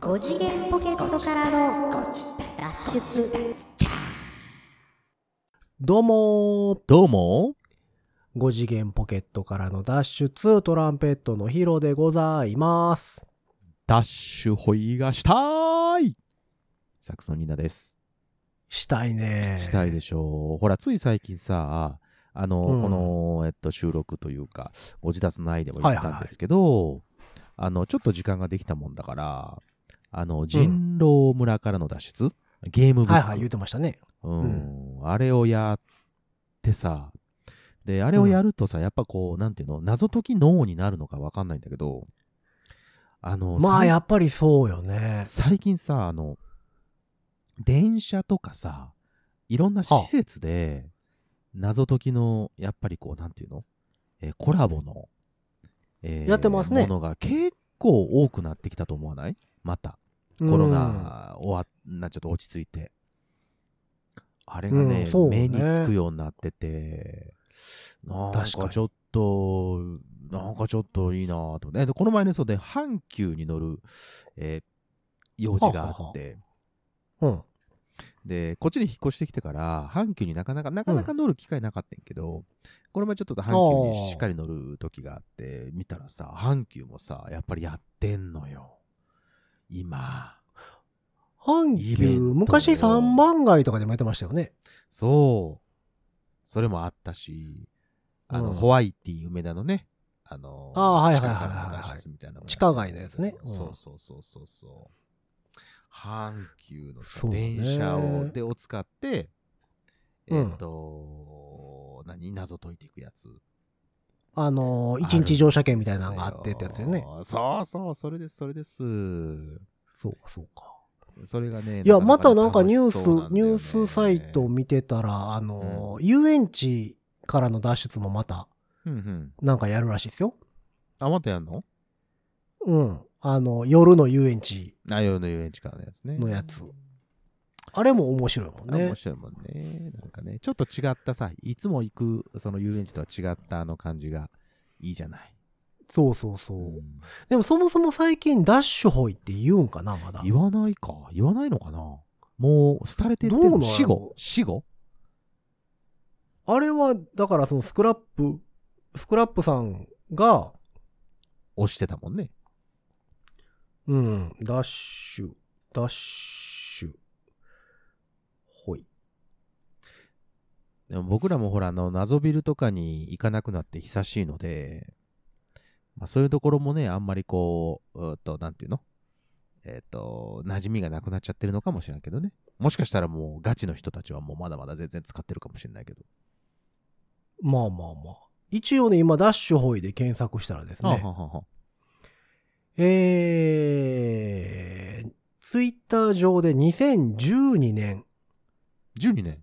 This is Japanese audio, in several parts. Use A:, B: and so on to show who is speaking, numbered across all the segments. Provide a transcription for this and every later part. A: 5次元ポケットからの脱出
B: どうもー
C: どうも
B: 5次元ポケットからの脱出トランペットのヒロでございます
C: ダッシュホイがしたーいサクソニーナです。
B: したいねー
C: したいでしょう。ほら、つい最近さ、あの、
B: うん
C: この、えっと、収録というか、ご自宅内でも言
B: はい
C: っ
B: はいはい
C: たんですけど、あの、ちょっと時間ができたもんだから、あの、人狼村からの脱出、ゲームブック、
B: はいはい言ってましたね
C: うん、あれをやってさ、で、あれをやるとさ、やっぱこう、なんていうの、謎解き脳になるのかわかんないんだけど、あの、
B: まあ
C: 最
B: やっぱりそうよね
C: 最近さあの電車とかさいろんな施設で謎解きのやっぱりこうなんていうの、えーコラボの、えー
B: やってますね
C: ものが結構多くなってきたと思わないまたコロナ終わなちょっと落ち着いてあれがね,、
B: うんそうね
C: 目につくようになっててなんか
B: 確かに
C: ちょっとなんかちょっといいなぁとでこの前ねそうで阪急に乗る、えー用事があって
B: ははうん
C: でこっちに引っ越してきてから阪急になかなかなかなか乗る機会なかったんやけど、この前ちょっと阪急にしっかり乗る時があって見たらさ阪急もさやっぱりやってんのよ今
B: 阪
C: イベン
B: 急
C: ト
B: 昔三番街とかでもやってましたよね
C: そう。それもあったし、あ
B: う
C: の、
B: ん
C: ホワイティ梅田のね、あの、
B: あーはい
C: 地
B: はい
C: 下
B: はいはい
C: からの脱出みたいなのもやって
B: 地下街のやつねうん
C: そうそうそうそうそう。阪急のさ
B: そうね
C: 電車を、で、を使って、
B: うん
C: えっ、と、何謎解いていくやつ。
B: あのー、
C: ある
B: 一日乗車券みたいなのがあってってやつよね。
C: そうそう、それです、それです。
B: そうかそうか
C: それがね、
B: いやま
C: なか
B: た
C: なか
B: な
C: ね
B: んかニュース、
C: 楽しそうなんだ
B: ニ
C: よね
B: ュースサイト見てたらあのー、遊園地からの脱出もまた
C: うんうん。
B: なんかやるらしいですよ
C: あ、またやんの
B: うん。あの、夜の遊園地。
C: あ、夜の遊園地からのやつね。
B: のやつあれも面白いもん
C: あ
B: ね
C: 面。白いもんね。なんかね、ちょっと違ったさ、いつも行くその遊園地とは違ったあの感じがいいじゃない。
B: そうそうそうう。
C: ん
B: でもそもそも最近ダッシュホイって言うんかな、まだ。
C: 言わないか言わないのかなもう、廃れてる
B: どうなの
C: 死後死後
B: あれは、だからそのスクラップ、スクラップさんが、
C: 押してたもんね。
B: うん、ダッシュ、ダッシュ、ホイ。
C: でも僕らもほら、あの、謎ビルとかに行かなくなって久しいので、まあ、そういうところもね、あんまりこう、うーっと、なんていうのえっ、と、馴染みがなくなっちゃってるのかもしれんけどね。もしかしたらもう、ガチの人たちはもうまだまだ全然使ってるかもしれないけど。
B: まあまあまあ。一応ね、今、ダッシュホイで検索したらです
C: あは
B: ね、
C: はは
B: えー、ツイッター上で2012年
C: 12年。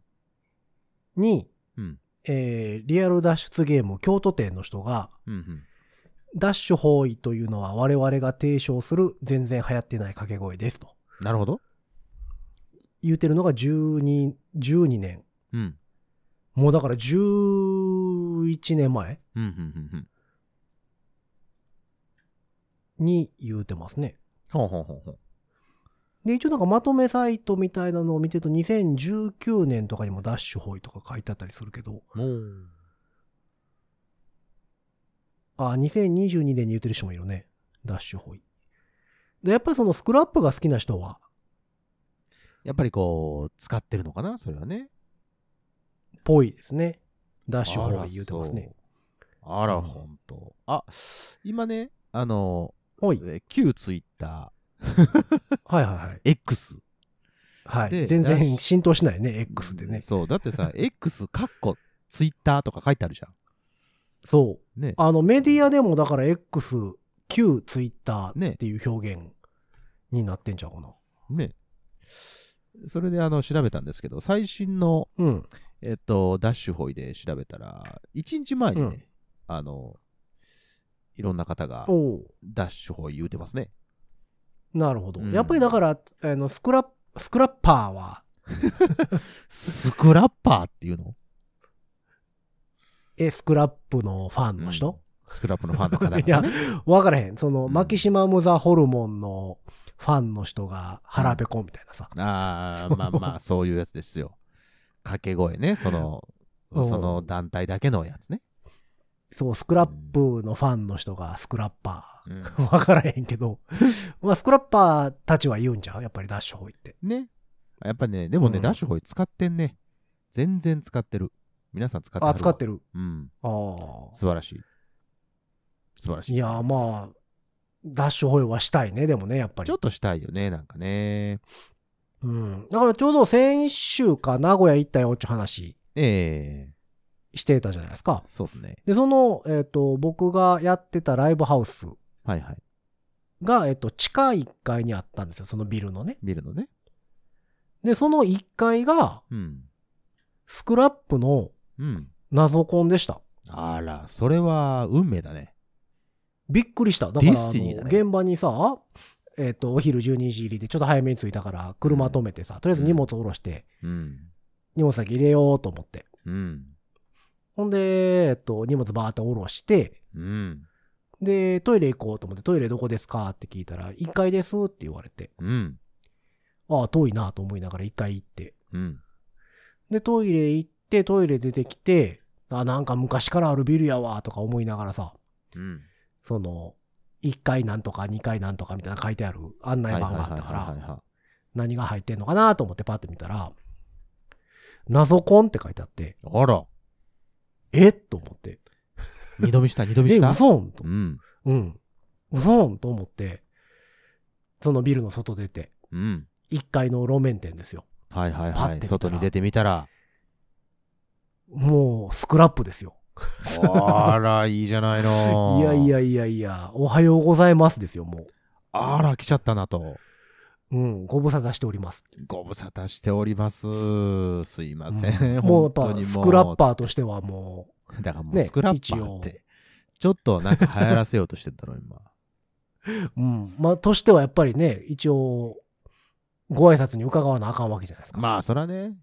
B: に、
C: うん
B: えーリアル脱出ゲーム京都店の人が、
C: うんうん。
B: ダッシュ方位というのは我々が提唱する全然流行ってない掛け声ですと
C: なるほど。
B: 言うてるのが12、12年。
C: うん。
B: もうだから11年前
C: うん、うん、うん、うん。
B: に言うてますね。
C: ほうほうほうほう。
B: で、一応なんかまとめサイトみたいなのを見てると2019年とかにもダッシュ方位とか書いてあったりするけど、
C: もう。
B: あ、2022年に言ってる人もいるね。ダッシュ方位。で、やっぱりそのスクラップが好きな人は、
C: やっぱりこう、使ってるのかなそれはね。
B: ぽいですね。ダッシュ方位言うてますね。
C: あ
B: う
C: ら、
B: ん
C: ほんと。あ、今ね、あの、
B: は
C: え
B: い。
C: ー旧ツイッ
B: は
C: タ
B: いはいはい。
C: ー、X。
B: はい
C: で
B: 全
C: ダ
B: 然
C: ッ
B: 浸透しないね、X でね。
C: そう、だって さ、X、カッコ、ツイッターとか書いてあるじゃ。
B: そうん
C: ね。
B: あの、メディアでもだから X、旧 Twitter
C: ね
B: っていう表現になってんちゃうかな。
C: ね。それで、あの、調べたんですけど、最新の、
B: うん。
C: えっと、ダッシュホイで調べたら、1日前にね、
B: うん
C: あの、いろんな方が
B: おお
C: ダッシュホイ言うてますね。
B: なるほど。
C: うん
B: やっぱりだから、あの、スクラップ、スクラッパーは、
C: スクラッパーっていうの
B: え、スクラップのファンの人、
C: スクラップのファンの方々、ね。
B: いやわからへん。その、
C: うん
B: マキシマム・ザ・ホルモンのファンの人が腹ペコみたいなさ、
C: ああ、まあまあ、そういうやつですよ。掛け声ね、その、
B: うん
C: その団体だけのやつね。
B: そう、スクラップのファンの人がスクラッパ
C: うん
B: ー。 わからへんけ ど、まあ、スクラッパーたちは言うんちゃうやっぱりダッシュホイって。
C: ね。やっぱね、でもね、
B: うん
C: ダッシュホイ使ってんね。全然使ってる。皆さん使って
B: あ、使って
C: る。
B: る。
C: うん。
B: あ
C: 素晴らしい。素晴らし
B: あ。
C: い。
B: いや、まあ、ダッシュホイはしたいね、でもね、やっぱり。
C: ちょっとしたいよね、なんかね。
B: うん。だからちょうど先週か名古屋行ったよっていう話
C: ええ
B: してたじゃないですか。
C: そうっすね。
B: で、その、えっ、と、僕がやってたライブハウス
C: はいはい。
B: が、えっ、と、地下1階にあったんですよ、そのビルのね。
C: 見るのね。
B: で、その1階が、
C: うん。
B: スクラップの
C: うん。
B: 謎コンでした。
C: あら、それは運命だね。
B: びっくりした。だから、
C: ディスティニーだね
B: あの現場にさ、えっ、と、お昼12時入りでちょっと早めに着いたから、車止めてさ、とりあえず荷物下ろして、
C: うん。
B: 荷物先入れようと思って。
C: うん。
B: ほんで、えっ、と、荷物バーって下ろして、
C: うん。
B: で、トイレ行こうと思って、トイレどこですかって聞いたら、1階ですって言われて、
C: うん。
B: ああ、遠いなと思いながら1階行って。
C: うん。
B: で、トイレ行って、トイレ出てきて、あ、なんか昔からあるビルやわ、とか思いながらさ、
C: うん。
B: その、1階なんとか2階なんとかみたいな書いてある案内板があったか
C: はいはいはいはい
B: ら、
C: は
B: 何が入ってんのかなと思ってパッて見たら、謎コンって書いてあって、
C: いはいあら、
B: えと思って、
C: 二度見した、二度見
B: え、
C: した。
B: 嘘んと
C: う。ん。
B: うん。嘘んと思って、そのビルの外出て、
C: うん。
B: 1階の路面店ですよ。
C: はいはい
B: パッ
C: は
B: て見
C: い。
B: たら
C: 外に出てみたら。
B: もう、スクラップですよ。
C: あら、いいじゃないの。
B: いやい。やいやいや、おはようございますですよ、も
C: あら、来ちゃったなと。
B: う。うん、ご無沙汰しております。
C: ご無沙汰しております。すいません。
B: うんもうや
C: 本
B: っ
C: 当に
B: ぱ、
C: もう。
B: スクラッパーとしてはも
C: ー。だからもう
B: ね
C: スクラッパーっ
B: 一
C: て。ちょっとなんか流行らせようとしてたろ、今。
B: う、うん、まあ、としてはやっぱりね、一応、ご挨拶に伺わなあかんわけじゃないですか。
C: まあ、そらね。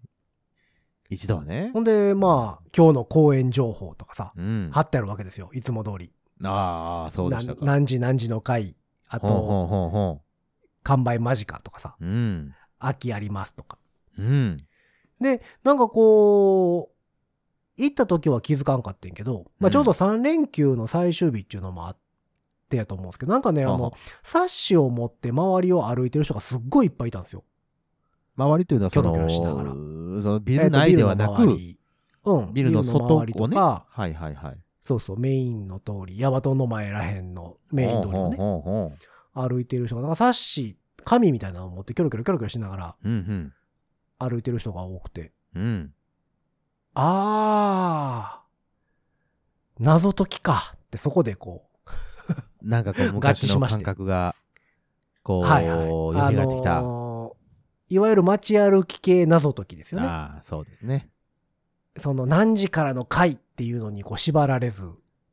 C: 一度はね
B: ほ。んで、まあ、今日の公演情報とかさ、
C: うん。
B: 貼ってあるわけですよ、いつも通り。
C: ああ、そうでしたか。
B: な何時何時の回、あ
C: ほん
B: と、
C: ほんほんほ
B: 完売間近とかさ、
C: ん。うん。
B: 秋ありますとか。
C: うん。
B: で、なんかこう、行った時は気づかんかってんけど、まあ、ちょうど3連休の最終日っていうのもあってやと思うんですけど、なんかね、あ
C: は
B: の
C: は、
B: サッシを持って周りを歩いてる人がすっごいいっぱいいたんですよ。
C: 周りというのはその、
B: キョロキョロしながら
C: そのビ
B: ビ
C: ル内ではなく、
B: うん、
C: ビルの外
B: ビルの周りと
C: をね。
B: か、
C: はいはいはい。
B: そうそう、メインの通り、ヤバトンの前らへんのメイン通りをね、
C: ほうほうほうほ
B: 歩いてる人が、なんかサッシ、紙みたいなのを持ってキョロキョロキョロキョロしながら
C: う。うん
B: 歩いてる人が多くて、
C: うん。うん。
B: あー、謎解きかってそこでこう、
C: なんかこう、
B: 合致
C: 昔
B: し
C: の
B: まして
C: 感覚が、こう、
B: はいはい。
C: 蘇ってきた。
B: あ
C: あ
B: のーいわゆる街歩き系謎解きですよね。
C: あ、そうですね。
B: その何時からの回っていうのにこう縛られず、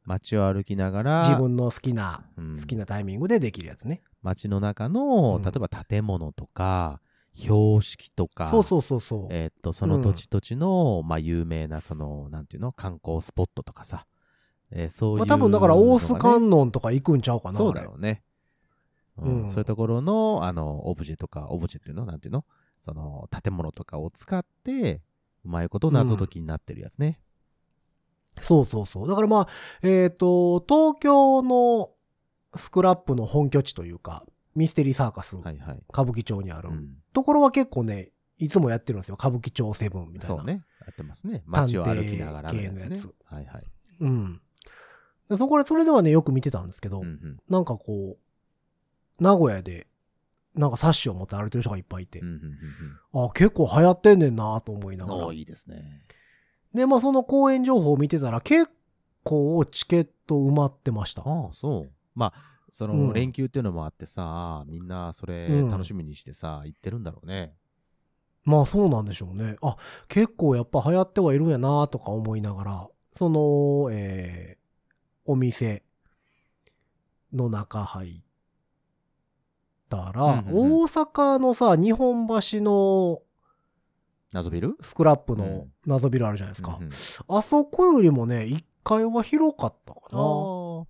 C: 街を歩きながら、
B: 自分の好きな、
C: うん
B: 好きなタイミングでできるやつね。
C: 街の中の
B: う、ん
C: 例えば建物とか、標識とか、
B: そうそうそうそう。
C: えーっと、その土地土地の、まあ、有名な、その、なんていうの、観光スポットとかさ、えーそうい
B: ま
C: うの
B: あ、
C: が
B: 多分
C: ね、
B: だから大須観音とか行くんちゃうかな。
C: そうだ
B: あれ
C: ろうね。うん
B: うん
C: そういうところの、あの、オブジェとか、オブジェっていうのなんていうのその、建物とかを使って、うまいこと謎解きになってるやつね。
B: そうそうそう。だからまあ、えっ、と、東京のスクラップの本拠地というか、ミステリーサーカス、
C: はいはい。
B: 歌舞伎町にある、
C: うん、
B: ところは結構ね、いつもやってるんですよ。歌舞伎町セブンみたいな。
C: そうね。やってますね。街を歩きながらのやつ
B: 探偵系の
C: ね
B: やつ。
C: はいはい。
B: うん。でそこで、それではね、よく見てたんですけど、
C: うんうん
B: なんかこう、名古屋で、なんかサッシを持って歩いてる人がいっぱいいて、
C: うんうん
B: あ、結構流行ってんねんなと思いな
C: うんうん。
B: がら
C: おー。いいですね。
B: で、まあその公演情報を見てたら、結構チケット埋まってました。
C: ああ、そう。まあ、そ
B: うん
C: の、連休っていうのもあってさ、みんなそれ
B: うん
C: 楽しみにしてさ、行ってるんだろうね。
B: まあそうなんでしょうね。あ、結構やっぱ流行ってはいるんやなとか思いながら、その、えー、お店の中入ったら、
C: うんうんうん
B: 大阪のさ、日本橋の
C: 謎ビル
B: スクラップ
C: う
B: の
C: ん
B: 謎ビルあるじゃないで
C: です
B: か。
C: うんうん
B: あそこよりもね、1階は広かったか
C: あ
B: な。
C: ー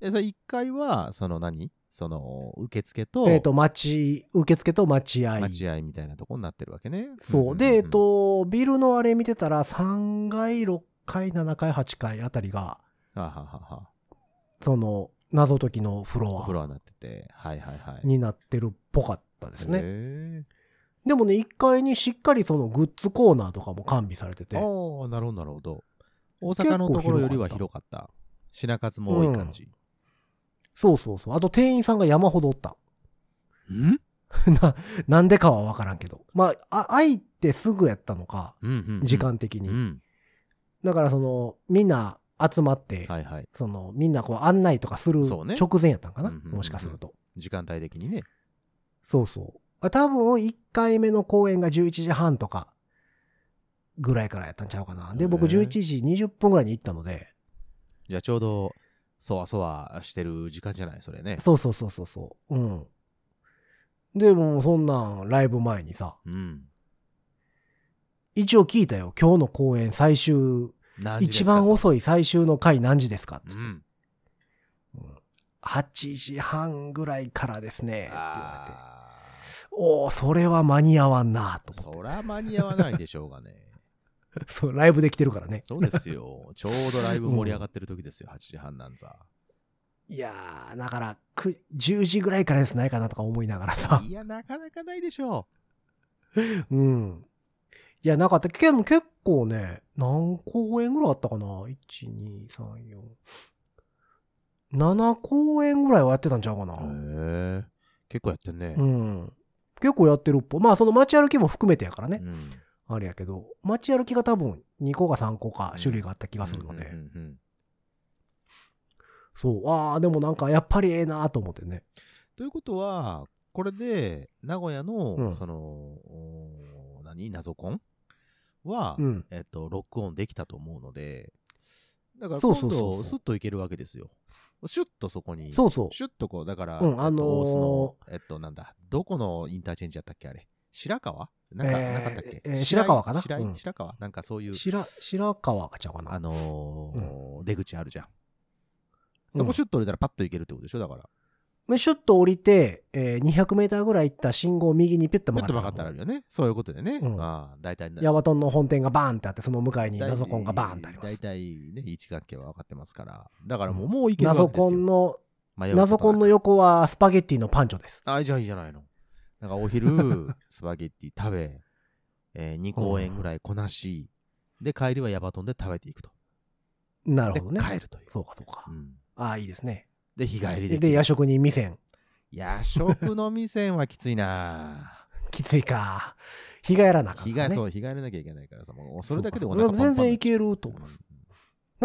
C: え、それ1階は、その何その、受付と、
B: えっ、と、待ち、受付と待合。
C: 待合みたいなとこになってるわけね。
B: そう。で、えっ、
C: ん、
B: と、ビルのあれ見てたら、3階、6階、7階、8階あたりが、
C: はははは
B: その、謎解きのフ
C: お
B: ロ
C: 風
B: ア
C: 呂になってて、はいはいはい。
B: になってるっぽかったですね。
C: へ
B: でもね、1階にしっかりそのグッズコーナーとかも完備されて
C: ー。
B: て、
C: ああ、なるほどなるほど。大阪のところよりは広かった。品数も多い感じ。
B: そうそうそう。あと店員さんが山ほどおった。
C: うん
B: な、なんでかはわからんけど。まあ、あ、開いてすぐやったのか、
C: うんうんうん
B: 時間的
C: う
B: に。
C: ん。
B: だからその、みんな集まって、
C: はいはい。
B: その、みんなこう案内とかする
C: そうね
B: 直前やったんかな、
C: うんうんうんうん
B: もしかすると。
C: 時間帯的にね。
B: そうそう。あ多分、1回目の公演が11時半とか、ぐらいからやったんちゃうかな。で、僕
C: へー
B: 11時20分ぐらいに行ったので、
C: じゃあちょうど、そわそわしてる時間じゃない、それね。
B: そうそうそうそうそう。うん。でも、そんなん、ライブ前にさ、
C: うん。
B: 一応聞いたよ。今日の公演最終、
C: 何時です
B: 一
C: か
B: 番遅い最終の回何時ですかっ
C: う
B: て
C: ん。
B: 8時半ぐらいからですね。って言われて。
C: あ
B: おお、それは間に合わんな
C: ー
B: と思
C: そ
B: って。
C: ら間に合わないでしょうがね。
B: そう、ライブできてるからね。
C: そうですよ。 ちょうどライブ盛り上がってる時ですよ、8時半なんざ。
B: いやー、だから、く10時ぐらいからですないかなとか思いながらさ。
C: いや、なかなかないでしょ
B: うん。いや、なかった。けど、結構ね、何公演ぐらいあったかな ?1、2、3、4。7公演ぐらいはやってたんちゃうかな
C: う。へえ。結構やってんね
B: う。ん。結構やってるっぽい。まあ、その街歩きも含めてやからね。
C: うん
B: あれやけど、街歩きが多分2個か3個か種類があった気がするので。
C: うんうんうんうん
B: そう。ああ、でもなんかやっぱりええなーと思ってね。
C: ということは、これで、名古屋の、
B: うん
C: その、おー何謎コンは、
B: うん。
C: えっと、ロックオンできたと思うので、だから
B: そうそ
C: 今
B: うそうそう
C: 度、スッといけるわけですよ。シュッとそこに、
B: そうそう。
C: シュッとこう、だから、
B: うん
C: えっと
B: あのー
C: 大須の、えっと、なんだ、どこのインターチェンジやったっけ、あれ。白川なんか、
B: えー
C: なかったっけ、
B: えー
C: 白井
B: 白川かな
C: 白井
B: うん
C: 白川なんかそういう、
B: 白、白川がちゃうかな。
C: あのー出口あるじゃん。そこシュッと降りたらパッといけるってことでしょだから。
B: でシュッと降りて、えー200メーターぐらい行った信号を右にピュッと
C: パッ
B: 曲
C: と
B: が
C: 曲
B: っ
C: が
B: た
C: ったらあ
B: ら。
C: るよね。そういうことでね。
B: うん
C: ああ、大体な、
B: ヤワトンの本店がバーンってあって、その向かいに
C: 大体
B: 謎コンがバーンってあります
C: 大。体ね、位置関係は分かってますから。だからもう、もういけるわけ
B: 謎
C: ですよ。
B: コンの、
C: 迷うことなく
B: 謎コンの横はスパゲッティのパンチョです。
C: あ、じゃあいいじゃないの。なんかお 昼、スパゲッティ食べ、え2公演ぐらいこなし、で、帰りはヤバトンで食べていくと。
B: なる
C: で、
B: ほどね。
C: 帰るという。
B: そうかそうか
C: う。ん
B: ああ、いいですね。
C: で、日帰りで。
B: で、夜食に店。
C: 夜食の店はきついな
B: きついか。日帰らなあかん
C: 日
B: から
C: 帰
B: ね。
C: そう、日帰らなきゃいけないからさ、もうそれだけでお
B: そう
C: 腹
B: か
C: パンパン
B: 全然いけると思います
C: うん。
B: だ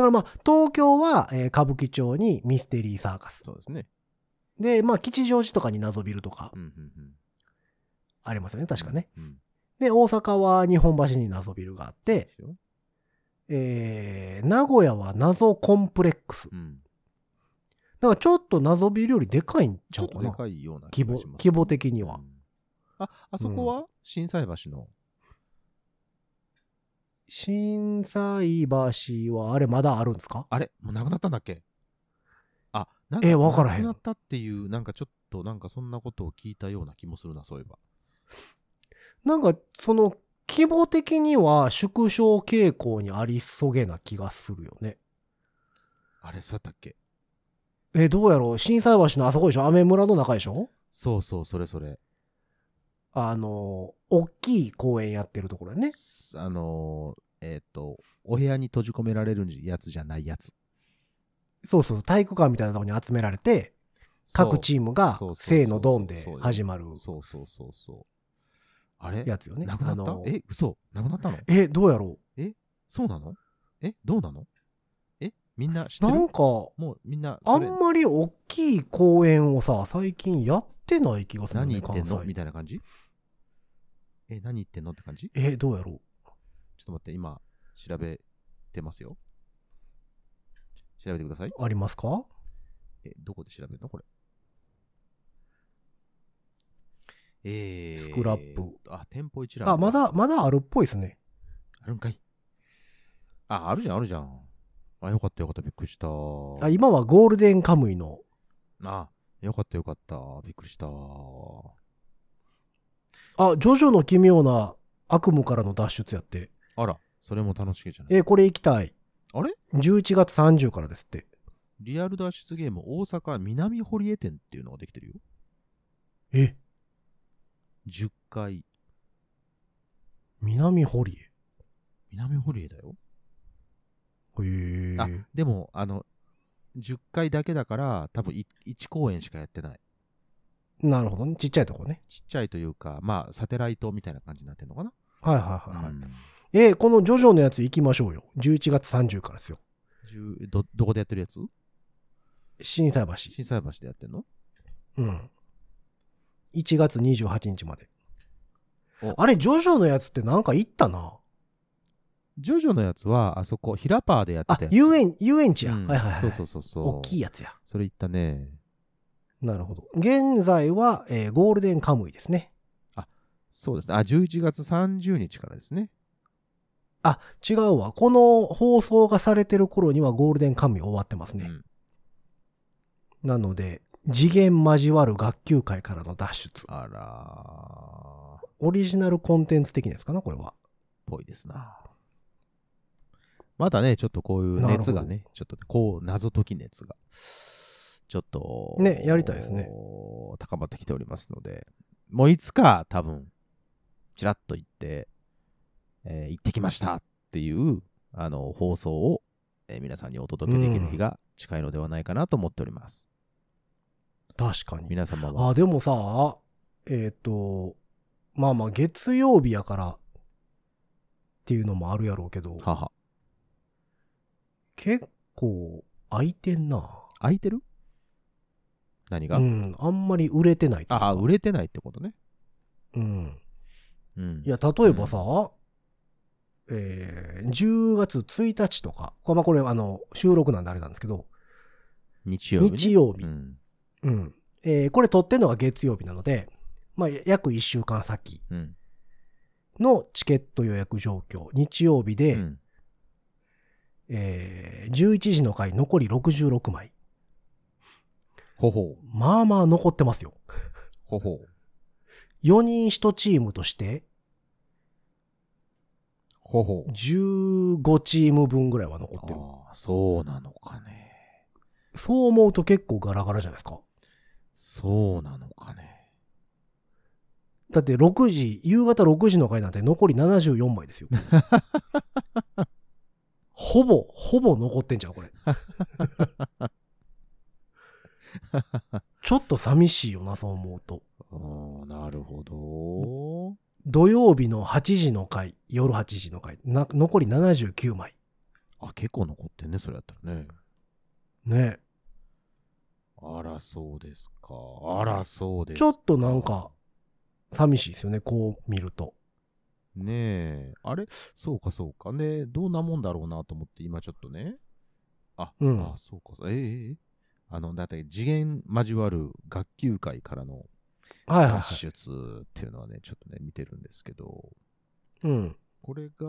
B: からまあ、東京は、えー歌舞伎町にミステリーサーカス。
C: そうですね。
B: で、まあ、吉祥寺とかに謎ビルとか
C: うんうんうん。
B: ありますよね、確かね。
C: うん。うん
B: で、大阪は日本橋に謎ビルがあっ
C: で
B: て、
C: すよ。
B: えー、名古屋は謎コンプレックス。
C: うん。
B: だからちょっと謎ビルよりでかいんち
C: ち
B: ゃ
C: ょ
B: う
C: っ
B: か
C: とで
B: な。
C: かいような気
B: 規
C: が
B: 模
C: します、ね。
B: 規模的には
C: う。んあ、あそこは震災橋の。
B: 震災橋はあれまだあるんですか
C: あれもうなくなったんだっけあ、なん
B: えわからへん
C: なくなったっていう、なんかちょっと、なんかそんなことを聞いたような気もするな、そういえば。
B: なんか、その、規模的には縮小傾向にありそげな気がするよね。
C: あれ、そうだったっけ
B: え、どうやろう震災橋のあそこでしょ雨村の中でしょ
C: そうそう、それそれ。
B: あの、大きい公園やってるところやね。
C: あのー、えっ、と、お部屋に閉じ込められるやつじゃないやつ。
B: そうそう、体育館みたいなところに集められて、各チームが
C: そう、そうそうそう
B: せーのドンで始まる
C: そうそうそうそうそう。あれ
B: やつよね。
C: なくな
B: あ
C: った
B: の
C: え、嘘なくなったの
B: え、どうやろ
C: そうなのえ、どうなのえ、みんな知っ
B: う
C: て
B: なん
C: る
B: か、
C: もうみんな、
B: あ
C: そ
B: ん
C: れ
B: まり大きい公園をさ、最近やってない気がする
C: 何
B: ね、
C: 言ってんの
B: 関西
C: みたいな感じえ、何言ってんのって感じ
B: え、どうやろ
C: ちょっと待って、今、調べてますよ。調べてください。
B: うありますか
C: え、どこで調べるのこれ。えー、
B: スクラップ。
C: あ、店舗一覧。
B: あ、ま。だ、まだあるっぽいですね。
C: あるんかい。あ、あるじゃん、あるじゃん。あ、よかったよかった。びっくりした。
B: あ、今はゴールデンカムイの。
C: あ、よかったよかった。びっくりした。
B: あ、ジョジョの奇妙な悪夢からの脱出やって。
C: あら、それも楽しいじゃない。
B: えーこれ行きたい。
C: あれ
B: ?11 月30からですって。
C: リアル脱出ゲーム大阪南堀江店っていうのができてるよ。
B: え、
C: 10階。
B: 南堀江。
C: 南堀江だよ。
B: へえ。
C: あ、でも、あの、10階だけだから、多分い1公演しかやってない。
B: なるほどね。ちっちゃいとこね。
C: ちっちゃいというか、まあ、サテライトみたいな感じになってるのかな。
B: はいはいはい、はい
C: うん
B: えーこのジョジョのやつ行きましょうよ。11月30からですよ。
C: じゅうど、どこでやってるやつ
B: 新斎
C: 震災橋でやってんの
B: 橋。うん。1月28日まで
C: お。
B: あれ、ジョジョのやつってなんか行ったな。
C: ジョジョのやつは、あそこ、ヒラパーでやって
B: あ
C: たや、つ。
B: 遊園、遊園地や。
C: うん
B: はいはいはい。
C: そうそうそうそう。
B: 大きい
C: い。
B: やつや。
C: それ言ったね。
B: なるほど。現在は、えーゴールデンカムイですね。
C: そうですね。あ、11月30日からですね。
B: あ、違うわ。この放送がされてる頃にはゴールデンカムイ終わってます
C: う
B: ね。
C: ん。
B: なので、次元交わる学級会からの脱出。
C: あらー、
B: オリジナルコンテンツ的なやつかな、これは。
C: ぽいですな。まだね、ちょっとこういう熱がね、ちょっとね、こう、謎解き熱が、ちょっと、
B: ねやりたいですね。
C: 高まってきておりますので、もういつか多分、ちらっと行って、えー行ってきましたっていう、あの、放送を、えー皆さんにお届けできる日が近いのではないかなと思っております。
B: 確かに。
C: 皆様は、
B: あ、でもさ、えっ、と、まあまあ、月曜日やからっていうのもあるやろうけど、
C: 母、
B: 結構空いてんな。
C: 空いてる何が、
B: うん、あんまり売れてないというか
C: ああ、売れてないってことね。
B: うん。
C: うん。
B: いや、例えばさ、えー10月1日とか、これまあこれあの、収録なんであれなんですけど、
C: 日曜日、ね。
B: 日曜日
C: うん。
B: うん。えーこれ撮ってんのが月曜日なので、まあ、約1週間先
C: うん。
B: のチケット予約状況、日曜日で、
C: うん
B: えー11時の回残り66枚。
C: ほほう。
B: まあまあ残ってますよ。
C: ほほう。
B: 4人1チームとして、
C: ほほう。
B: 15チーム分ぐらいは残ってる。
C: ああ、そうなのかね。
B: そう思うと結構ガラガラじゃないですか。
C: そうなのかね。
B: だって6時、夕方6時の回なんて残り74枚 ですよ。ほぼ、ほぼ残ってんじゃん、こ れ。ちょっと寂しいよな、そう思うと。
C: ああ、なるほど。
B: 土曜日の8時の回、夜8時の回、な残り79枚。
C: あ、結構残ってんね、それやったらね。
B: ね。
C: あら、そうですか。あら、そうです
B: ちょっとなんか。、寂しいですよね、こう見ると。
C: ねえ。あれそうか、そうか。ねどんなもんだろうなと思って、今ちょっとね。あ、
B: うん
C: あ、そうかそう。ええええあの、だって次元交わる学級会からの
B: はいはい、は
C: 脱
B: い。
C: 出っていうのはね、ちょっとね、見てるんですけど、
B: うん。
C: これが、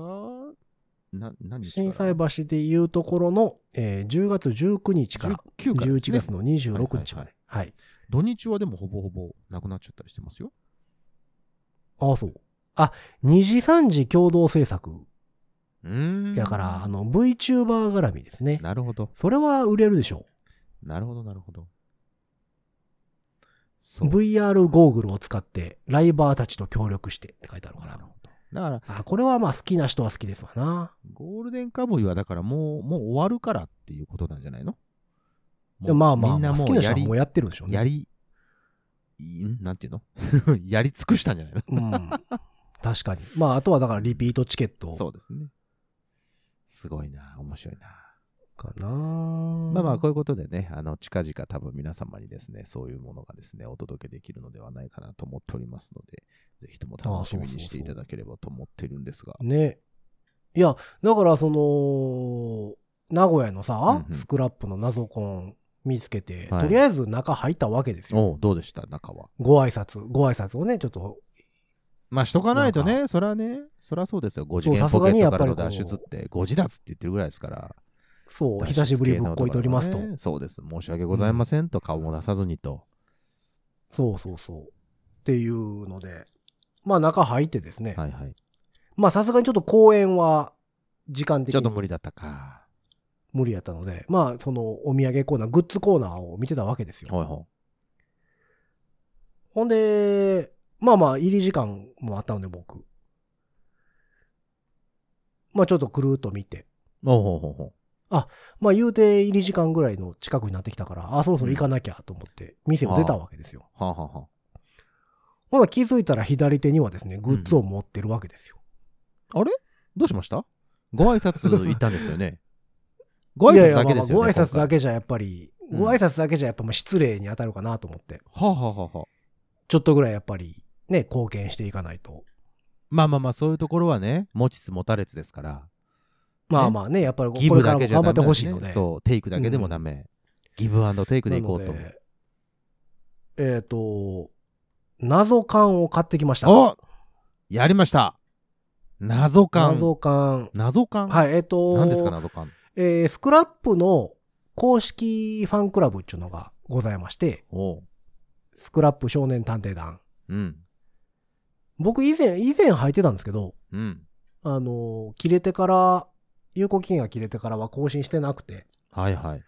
C: な、何日
B: 震災橋でいうところの、えー10月19日から
C: 19からです
B: 11
C: ね
B: 月の26日まで。はい。
C: 土日はでもほぼほぼなくなっちゃったりしてますよ。
B: ああ、そう。あ、二次三次共同制作。
C: うーん
B: やから、あの、VTuber 絡みですね。
C: なるほど。
B: それは売れるでしょ。
C: なるほど、なるほど。そうう。
B: VR ゴーグルを使って、ライバーたちと協力してって書いてあるか
C: なる
B: ら。
C: ほど。だから、
B: あ、これはまあ好きな人は好きですわな。
C: ゴールデンカムイはだからもう、もう終わるからっていうことなんじゃないの
B: でもまあまあ、
C: みんなも
B: 好きな
C: う
B: 人
C: や
B: は
C: り
B: もう、やってるんでしょうね。
C: やり、んなんていうの やり尽くしたんじゃない
B: うん。確かに。まあ、あとはだからリピートチケット
C: のそうですね。すごいな、面白いな。
B: かな。
C: ま
B: ま
C: あまあ、こういうことでね、あの、近々多分皆様にですね、そういうものがですね、お届けできるのではないかなと思っておりますので、ぜひとも楽しみにしていただければと思ってるんですが。
B: ね。いや、だからその、名古屋のさ、
C: うんうん
B: スクラップの謎コン見つけて、
C: はい
B: とりあえず中入ったわけですよ。
C: おうどうでした中は。
B: ご挨拶、ご挨拶をね、ちょっと、
C: まあ、しとかないと
B: な
C: ね、そらね、そらそうですよ。5次元
B: さす
C: ポ
B: が
C: ケ
B: に
C: ッ
B: やっ
C: トか
B: ぱ
C: ら
B: りこ
C: の
B: う
C: 脱出って、ご自立って言ってるぐらいですから。
B: そう、久しぶりぶっこいておりますと。
C: ねそうです。申し訳ございませんと、顔も出さずにと。
B: そうそうそう。っていうので、まあ中入ってですね。
C: はいはい。
B: まあさすがにちょっと公演は時間的
C: ちょっと
B: に
C: 無理だったか。
B: 無理やったので、まあそのお土産コーナー、グッズコーナーを見てたわけですよ。
C: ほいほ
B: ほんで、まあまあ入り時間もあったので僕。まあちょっとくるーっと見て。
C: い。ほうほうほうほ
B: まあ言うて入り時間ぐらいの近くになってきたから、あ、そろそろ行かなきゃと思って店を出たわけですよ。
C: う。はあ、はあは
B: ほな気づいたら左手にはですね、グッズを持ってるわけですよ。
C: あ、あれどうしましたご挨拶行ったんですよね。ご挨拶だけですよ ね。
B: いやいやまあまあご挨拶だ
C: け。
B: けじゃやっぱり、
C: うん
B: ご挨拶だけじゃやっぱまあ失礼に当たるかなと思って、
C: はあ、はあはあはあ、
B: ちょっとぐらいやっぱりね、貢献していかないと。
C: まあまあまあ、そういうところはね、持ちつ持たれつですから。
B: まあまあね、やっぱりこ
C: ギ
B: これ
C: ブ
B: か
C: だ
B: らも
C: けじゃ
B: 頑張
C: ダ
B: って
C: メ
B: ほ
C: だ
B: し
C: し
B: い
C: ね
B: ので。
C: そう、テイクだけでもダメ。ギブアンドテイクでいこうと思
B: なの
C: う。
B: でえっ、と、謎缶を買ってきました。
C: おやりました謎感。
B: 謎缶。
C: 謎感
B: はい、えっ、と、
C: 何ですか謎感。
B: えースクラップの公式ファンクラブっていうのがございまして、
C: おう。
B: スクラップ少年探偵団。
C: うん。
B: 僕以前、以前入ってたんですけど、
C: うん。
B: あの、切れてから、有効期限が切れてからは更新してなくて、
C: はいはい。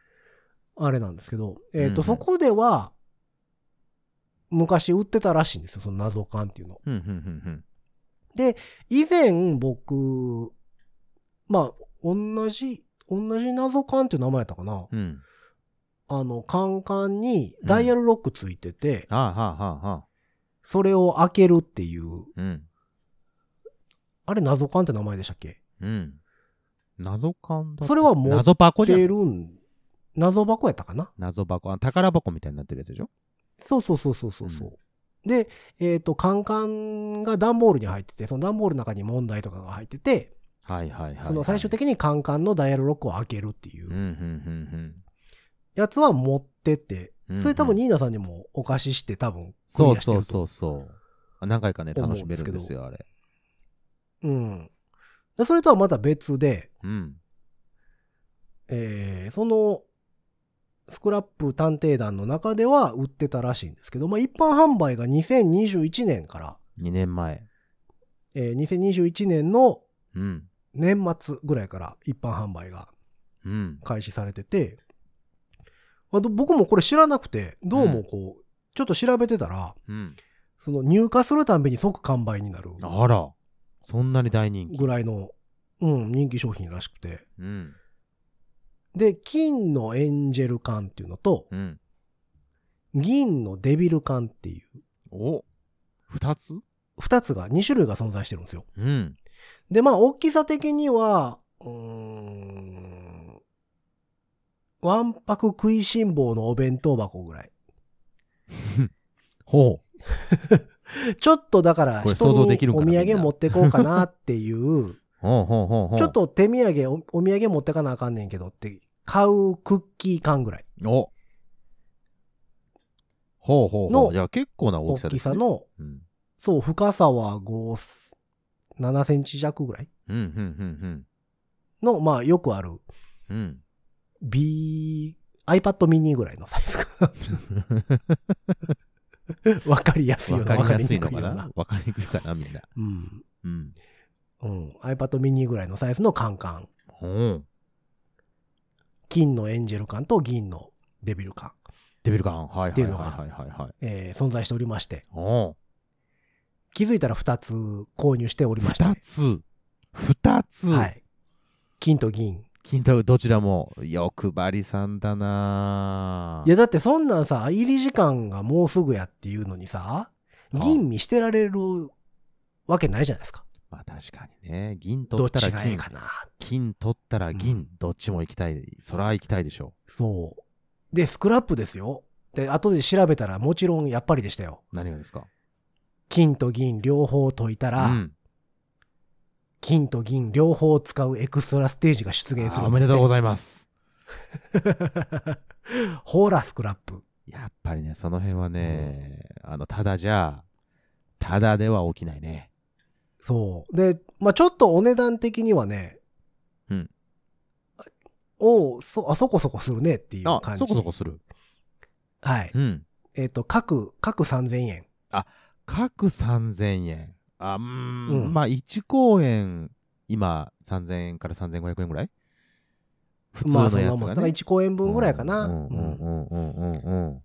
B: あれなんですけど、えっ、
C: うんう
B: と、
C: ん
B: そこでは、昔売ってたらしいんですよ、その謎感っていうの。
C: うん、うん、うん、
B: 以前、僕、まあ、同じ、同じ謎感っていう名前やったかな。
C: うん。うん。
B: あの、カンカンにダイヤルロックついてて、
C: はあ、はあ、はあ、はあ。
B: それを開けるっていう、
C: うん。
B: あれ謎感って名前でしたっけ
C: うん。謎感だ。
B: それは持っ
C: 謎箱じゃ
B: て
C: ん。
B: るん、謎箱やったかな
C: 謎箱。あ宝箱みたいになってるやつでしょ
B: そうそうそうそうそうそう。で、えっ、と、カンカンが段ボールに入ってて、その段ボールの中に問題とかが入ってて、
C: はいはいはいはい。
B: その最終的にカンカンのダイヤルロックを開けるってい
C: うん、う、
B: うん
C: うん、
B: やつは持ってって、
C: うんうん。
B: それ多分ニーナさんにもお貸しして多分ク
C: そ
B: リ
C: う
B: アして
C: そう
B: ると。
C: そうそう。あ何回かね、
B: 思うん
C: 楽
B: です
C: し
B: けど
C: めるんですよ、あれ。
B: うん。でそれとはまた別で、
C: うん。
B: えーその、スクラップ探偵団の中では売ってたらしいんですけど、まあ一般販売が2021年から、
C: 2年前。
B: えー2021年の
C: うん。
B: 年末ぐらいから一般販売が
C: うん。
B: 開始されてて、あと僕もこれ知らなくて、どうもこう、ちょっと調べてたら、
C: うん。
B: その入荷するたんびに即完売になる
C: あら。そんなに大人気。
B: ぐらいの、うん、人気商品らしくて。
C: うん。
B: で、金のエンジェル缶っていうのと、
C: うん。
B: 銀のデビル缶っていう、
C: お二つ
B: 二つが、二種類が存在してるんですよ。
C: うん。
B: で、まあ、大きさ的には、うーん、ワンパク食いしん坊のお弁当箱ぐらい。
C: ほう。
B: ちょっとだから、
C: これ
B: 人に
C: 想像できるん
B: お
C: かな
B: 土
C: みん
B: 産
C: な
B: 持ってこうかなっていう、
C: ほうほうほうほう。
B: ちょっ。と手土産お、お土産持ってかなあかんねんけどって、買うクッキー缶ぐらい
C: おほうほうほ
B: の
C: う。じゃあ結構な大
B: 大
C: きさ
B: き
C: です
B: さ
C: ね。
B: の、
C: うん。
B: そう、深さは5、7センチ弱ぐらい
C: うん、うん、うん、
B: の、まあよくある
C: うん。うん。
B: B、iPad mini ぐらいのサイズか な。わかりやすいよ
C: わ
B: う
C: か
B: な、
C: り
B: わかり
C: や
B: に
C: す
B: くい
C: い
B: よう
C: のか
B: な
C: な。わかりにくいかな、みんな。
B: うん。
C: うん。
B: うん。iPad mini ぐらいのサイズの缶缶。
C: うん。
B: 金のエンジェル缶と銀のデビル缶。
C: デビルガン。は
B: っ
C: いは
B: て
C: い
B: いう
C: は
B: の
C: い
B: が
C: はいはいはい。
B: えー存在しておりまして、
C: おう
B: 気づいたら2つ購入しておりまして、
C: 二つ。二つ。
B: はい。金と銀。
C: 金太郎どちらも欲張りさんだない
B: や、だってそんなんさ、入り時間がもうすぐやっていうのにさ、銀見してられるわけないじゃないですか。
C: まあ確かにね銀取
B: ど
C: っ
B: っち
C: た
B: が
C: ら
B: いいか
C: 金
B: な。
C: 金取ったら銀、
B: うん
C: どっちも行きたいそら行きたいでしょ
B: そう。で、スクラップですよ。で、後で調べたらもちろんやっぱりでしたよ。
C: う何がですか
B: 金と銀両方解いたら、
C: うん、
B: 金と銀両方使うエクストラステージが出現す
C: あ
B: る
C: おめでとうご
B: ざい
C: ざいます
B: ます。 ほら、スクラップ。
C: やっぱりねその辺はね、あのただじゃただでは起きないね
B: そう。で、まあちょっとお値段的にはね、
C: うん
B: おうそ、あ、そこそこするねっていう
C: あ
B: 感、じ。
C: そこそこする。
B: はい。
C: うん。
B: えっ、と、各、各3000円。
C: 各3000円。あ、うーん,、
B: うん
C: まあ、1公演、今、3000円から3500円ぐらい普通の
B: まあ
C: やつ
B: そんなもん
C: が、
B: だから
C: ね。
B: 1公演分ぐらいかな。
C: うんうん
B: う
C: うんんうんうんうんうん。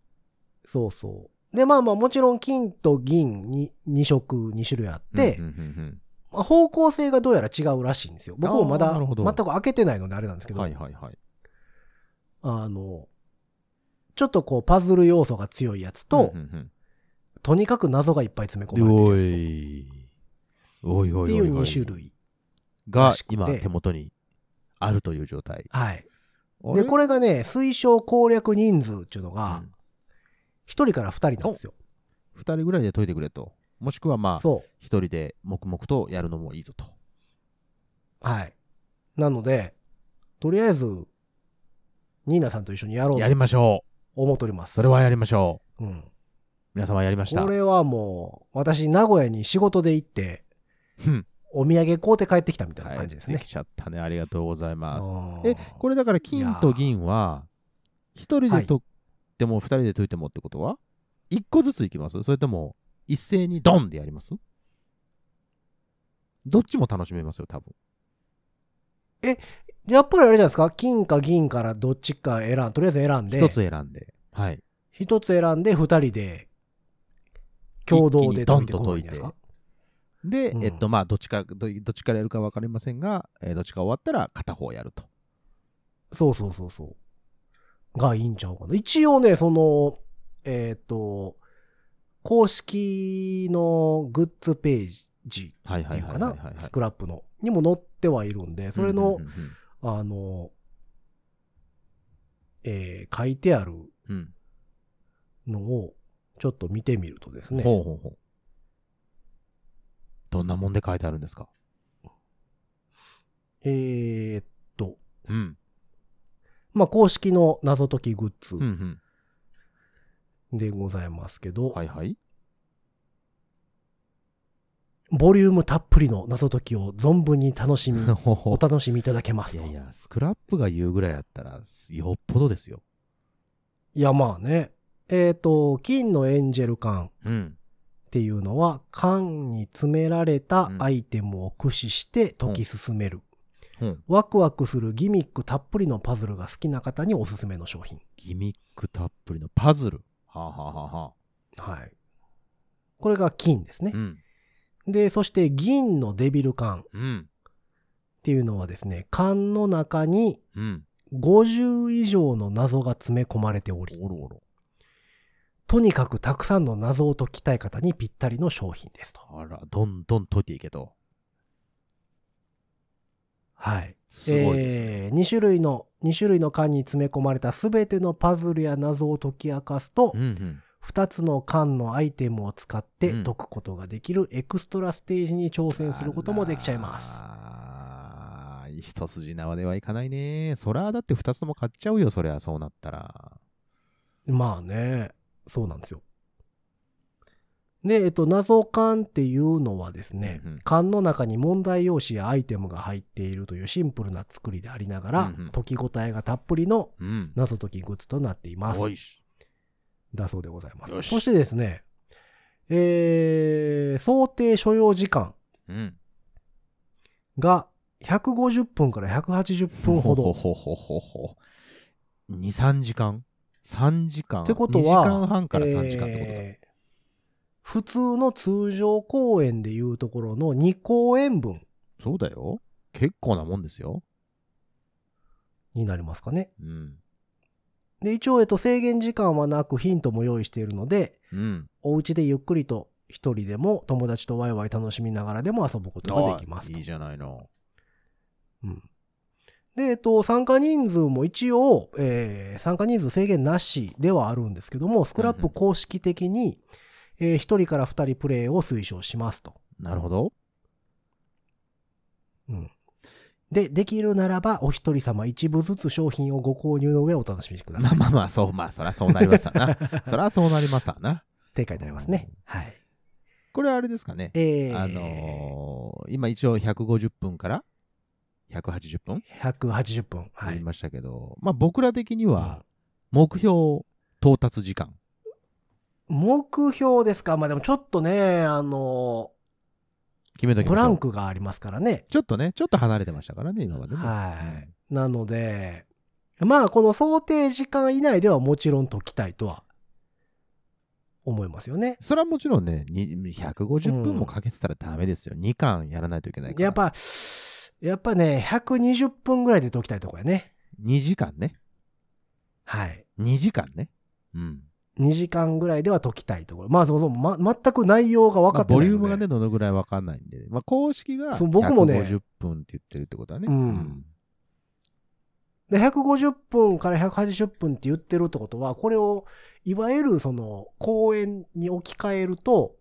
B: そうそう。で、まあまあもちろん金と銀に2色、2種類あって、
C: うんうんうん
B: まあ方向性がどうやら違うらしいんですよ。僕もま
C: あー
B: だ
C: なるほ
B: 全
C: ど
B: く開けてないのであれなんです
C: う
B: け
C: ん
B: ど、
C: はいはいはい。
B: あの、ちょっとこうパズル要素が強いやつと、
C: うんうん
B: とにかく謎がいっぱい詰め込
C: うん、
B: ま
C: お
B: れてるや
C: い。おい
B: つと
C: おいおいおい。
B: っていう2種。類。
C: が
B: らしく、て
C: 今、手元にあるという状態。
B: はい。
C: あれ
B: で、これがね、推奨攻略人数っていうのが
C: うん、
B: 1人から2人なんですよ。
C: 二人ぐらいで解いてくれと。もしくはまあ、
B: そう。
C: 一人で黙々とやるのもいいぞと。
B: はい。なので、とりあえず、ニーナさんと一緒にやろう
C: やり
B: と
C: ましょう。
B: 思っております。
C: それはやりましょう。
B: うん。
C: 皆様やりました。
B: これはもう、私、名古屋に仕事で行って、
C: うん
B: お土産買うて帰ってきたみたいな
C: 帰
B: 感
C: っ
B: じです
C: て
B: ね
C: き。ちゃったね。ありがとうございます。
B: うん
C: え、これだから金と銀は、一人
B: は
C: で
B: い
C: 解っても二人で解いてもってことは、一個ずついきますそれとも、一斉にドンでやりますどっちも楽しめますよ、多分。
B: やっぱりあれじゃないですか、金か銀からどっちか選ん、とりあえず選んで、
C: 一つ選んで。はい。
B: 一つ選んで、二人で、共同で解いてこないんじゃないですか。
C: で、
B: うん
C: えっと、まあ、どっちか、どどっちからやるか分かりませんが、えーどっちか終わったら片方やると。
B: そうそうそうそう。がいいんちゃうかな。一応ね、その、えっ、と、公式のグッズページ
C: はい
B: って
C: はいいうはい
B: か
C: はい
B: な、
C: はいはい。
B: スクラップの、にも載ってはいるんで、それの、
C: うんうんうん
B: あの、えー書いてある
C: うん、
B: のを、ちょっと見てみるとです
C: うん
B: ね、
C: ほうほうほう。どんなもんで書いてあるんですか
B: えーっと、
C: うん。
B: まあ、公式の謎解きグッズ
C: うん
B: でございますけど、
C: うん。はいはい。
B: ボリュームたっぷりの謎解きを存分に楽しみ、
C: ほうほ
B: お
C: う
B: 楽しみいただけます
C: い
B: と。
C: やいや、スクラップが言うぐらいやったら、よっぽどですよ。
B: いや、まあね。えっ、と、金のエンジェル缶
C: うん。
B: っていうのは、缶に詰められたアイテムを駆使して解き進める。
C: うん、
B: ワクワクするギミックたっぷりのパズルが好きな方におすすめの商品。
C: ギミックたっぷりのパズル。はあ、はあはあはあ、
B: はい。これが金ですね
C: う。ん。
B: で、そして銀のデビル缶っ
C: うん。
B: ていうのはですね、缶の中に
C: うん。
B: 50以上の謎が詰め込まれており、
C: おろおろ。
B: とにかくたくさんの謎を解きたい方にぴったりの商品ですと。
C: あら、どんどん解いていけと。
B: はい。
C: すごいですね。
B: え2種類の、2種類の缶に詰め込まれた全てのパズルや謎を解き明かすと、
C: うんうん。
B: 2つの缶のアイテムを使って
C: うん
B: 解くことができるエクストラステージに挑戦することもできちゃいます。
C: あらー一筋縄ではいかないね。そら、だって二つとも買っちゃうよ、そりゃ、そうなったら。
B: まあね、そうなんですよ。で、えっと、謎缶っていうのはですね、
C: うんうん
B: 缶の中に問題用紙やアイテムが入っているというシンプルな作りでありながら、
C: うんうん
B: 解き応えがたっぷりの
C: うん。
B: 謎解きグッズとなっています。
C: おいし。
B: だそうでございます。
C: よし
B: そしてですね、えー、想定所要時間
C: うん。
B: が150分から180分ほ
C: ほ
B: ど。
C: ほほほほ。2、3時間 ?3 時間
B: ってことは、
C: 2時間半から3時間ってことだ。
B: えー普通の通常公演でいうところの2公演分
C: そうだよ。結構なもんですよ。
B: になりますかね。
C: うん。
B: で、一応、えっと、制限時間はなくヒントも用意しているので、
C: うん。
B: お家でゆっくりと一人でも友達とワイワイ楽しみながらでも遊ぶことができますと。
C: あいいじゃないの。
B: うんで、えっと、参加人数も一応、えー参加人数制限なしではあるんですけども、スクラッ
C: うんう
B: プ
C: ん
B: 公式的に、え1人から2人プレイを推奨しますと。
C: なるほど。
B: うんで、できるならば、お一人様一部ずつ商品をご購入の上お楽しみくだ
C: ま
B: さ
C: あ
B: い。
C: まあまあ、そう、まあ、そりゃそうなります わな。そりゃそうなりますわな。
B: って書いてありますね。はい。
C: これはあれですかね。
B: えー
C: あのー今一応150分から180分
B: 180分。は
C: 言い
B: い。
C: ましたけど、まあ僕ら的には目標到達時間。
B: 目標ですかまあでもちょっとね、あの、
C: 決めときましょ
B: ブ
C: う。
B: ランクがありますからね。
C: ちょっとね、ちょっと離れてましたからね、今までね。
B: はい。なので、まあこの想定時間以内ではもちろん解きたいとは思いますよね。
C: それはもちろんね、に150分もかけてたらダメですよ。2巻やらないといけないから。
B: やっぱ、やっぱね、120分ぐらいで解きたいとこやね。
C: 2時間ね。
B: はい。
C: 2時間ね。うん。
B: 2時間ぐらいでは解きたいところ。まあ、そうそう、ま、全く内容が分かって
C: まあボ
B: ない
C: リ
B: ので、
C: ュームがね、どのぐらいわかんないんで、まあ、公式が
B: そう僕もね
C: 150分って言ってるってことはね。
B: うんで、150分から180分って言ってるってことは、これを、いわゆるその、公演に置き換えると、